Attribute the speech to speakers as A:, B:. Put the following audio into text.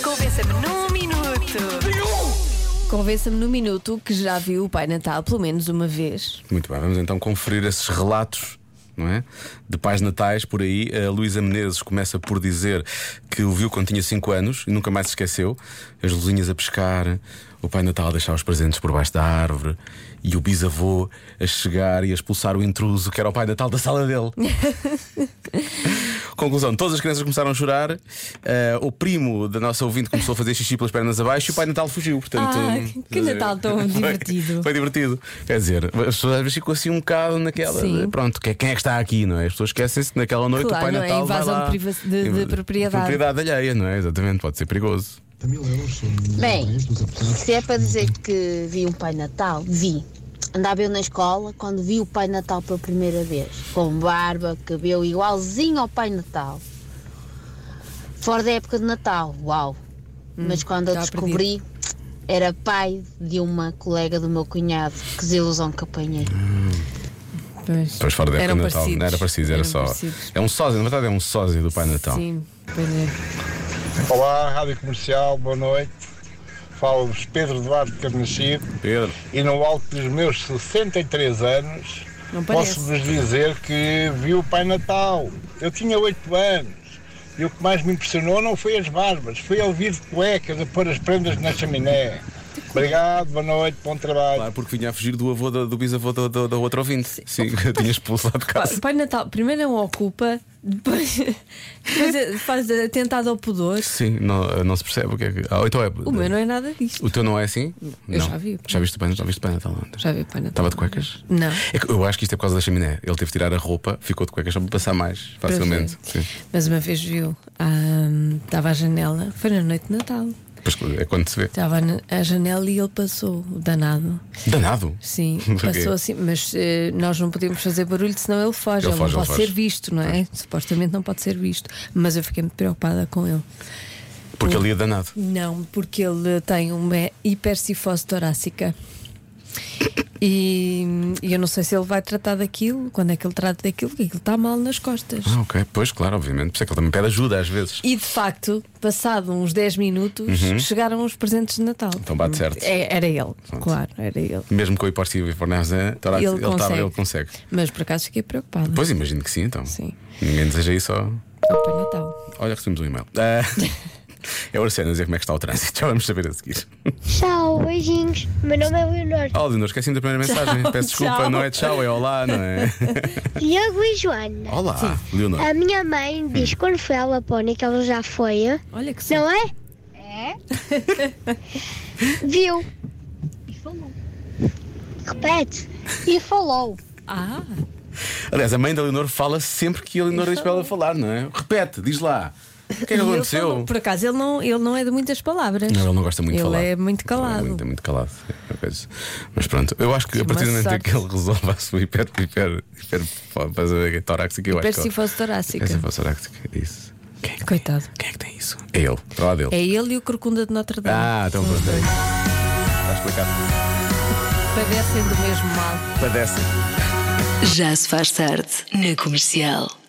A: Convença-me num minuto.
B: Convença-me no minuto que já viu o Pai Natal pelo menos uma vez.
C: Muito bem, vamos então conferir esses relatos. Não é? De pais natais por aí, a Luísa Menezes começa por dizer que o viu quando tinha 5 anos e nunca mais se esqueceu. As luzinhas a pescar, o Pai Natal a deixar os presentes por baixo da árvore e o bisavô a chegar e a expulsar o intruso que era o Pai Natal da sala dele. Conclusão: todas as crianças começaram a chorar, eh, o primo da nossa ouvinte começou a fazer xixi pelas pernas abaixo e o Pai Natal fugiu. Portanto,
B: Ah, que- que Natal tão
C: Foi-
B: divertido.
C: Foi divertido. Quer dizer, as pessoas às vezes ficam assim um bocado naquela.
B: Sim.
C: Pronto, que- quem é que está aqui, não é? As pessoas esquecem-se naquela noite
B: Claro,
C: o Pai
B: não é?
C: Natal. vai
B: Invasão de
C: lá,
B: priva- de- de
C: Inva-
B: propriedade.
C: propriedade alheia, não é? Exatamente, pode ser perigoso.
D: Bem, se é para dizer que vi um Pai Natal, vi. Andava eu na escola quando vi o Pai Natal pela primeira vez, com barba, cabelo igualzinho ao Pai Natal. Fora da época de Natal, uau! Mas quando eu
B: já
D: descobri, era pai de uma colega do meu cunhado, que é um desilusão que apanhei.
B: Pois.
C: Depois fora da época
B: Eram
C: de Natal.
B: parecidos.
C: Não era preciso, era
B: Eram
C: só.
B: parecidos.
C: É um sósia, na verdade é um sósia do Pai Natal.
B: Sim, pois é.
E: Olá, Rádio Comercial, boa noite. Falo-vos Pedro Duarte Carnascido
C: Pedro.
E: e no alto dos meus 63 anos
B: Não parece.
E: posso-vos dizer que vi o Pai Natal. Eu tinha 8 anos e o que mais me impressionou não foi as barbas, foi ele vir de cuecas a pôr as prendas na chaminé. Obrigado, boa noite, bom trabalho.
C: Claro, porque vinha a fugir do avô da- do bisavô da, da, da outra ouvinte. Sim, que tinha expulsado de
B: Pá,
C: casa.
B: é. O Pai Natal primeiro não ocupa, depois depois é- faz atentado ao pudor.
C: Sim, não, não se percebe o que é que. Ah, então é.
B: O meu não é nada disto.
C: O teu não é assim?
B: Eu
C: Não.
B: já vi.
C: Já viste o pai, já viste o pai Natal então. ontem?
B: Já vi o Pai Natal.
C: Estava de cuecas?
B: Não.
C: É que eu acho que isto é por causa da chaminé. Ele teve de tirar a roupa, ficou de cuecas só para passar mais facilmente. Sim.
B: Mas uma vez viu, ah, estava à janela, foi na noite de Natal.
C: Pois é quando se vê.
B: Estava na- à janela e ele passou, o danado.
C: Danado!
B: Sim,
C: Porquê?
B: passou assim, mas eh, nós não podemos fazer barulho, senão ele foge.
C: Ele
B: Ele,
C: foge,
B: não pode
C: ele foge.
B: ser visto, não é? Supostamente não pode ser visto. Mas eu fiquei muito preocupada com ele.
C: Porque ali é danado.
B: Não, porque ele tem uma hipercifose torácica. E, e eu não sei se ele vai tratar daquilo, quando é que ele trata daquilo, porque ele está mal nas costas.
C: Ah, ok, pois claro, obviamente. Por isso é que ele também pede ajuda às vezes.
B: E de facto, passado uns 10 minutos, chegaram os presentes de Natal.
C: Uhum. Então bate certo.
B: É, era ele, claro, era ele.
C: Mesmo com a hipoxia fornés, ele, tá,
B: Ele
C: ele, tá-
B: consegue.
C: ele consegue.
B: Mas por acaso fiquei preocupada.
C: Pois imagino que sim, então.
B: Sim.
C: Ninguém deseja isso. ó.
B: Ao Pai Natal.
C: Olha, recebemos um e-mail. Ah, é o Arsena a dizer como é que está o trânsito. Já vamos saber a seguir.
F: Tchau, beijinhos. Meu nome é Leonor.
C: Oh, Leonor, esqueci-me da primeira mensagem. Peço desculpa,
B: tchau.
C: não é tchau, é olá, não é?
F: Diogo e Joana.
C: Olá, Leonor.
B: É
F: A minha mãe diz que quando foi à Lapónia, que ela já foi,
B: Olha que
F: não é? É. Viu? E falou. Repete. E falou.
B: Ah,
C: Aliás, a mãe da Leonor fala sempre que a Leonor diz para ela falar, não é? Repete, diz lá. O que é que
B: e ele
C: aconteceu?
B: falou- por acaso ele não, ele não é de muitas palavras.
C: Não, ele não gosta muito de
B: Ele
C: falar.
B: é muito calado.
C: É muito, é muito calado. é uma coisa. Mas pronto, eu acho que a
B: Que
C: partir do momento em
B: massacre.
C: que ele resolve a sua hiper, hiper, hiper, hiper torácica, eu acho que. ele-
B: Hipercifose torácica.
C: Hipercifose torácica, isso. Quem é, que-
B: Coitado.
C: quem é que tem isso? É ele, para lá dele.
B: É ele e o Corcunda de Notre Dame.
C: Ah, então pronto. é isso. Está explicado.
B: Padecem do mesmo mal.
C: Padece.
A: Já se faz tarde na comercial.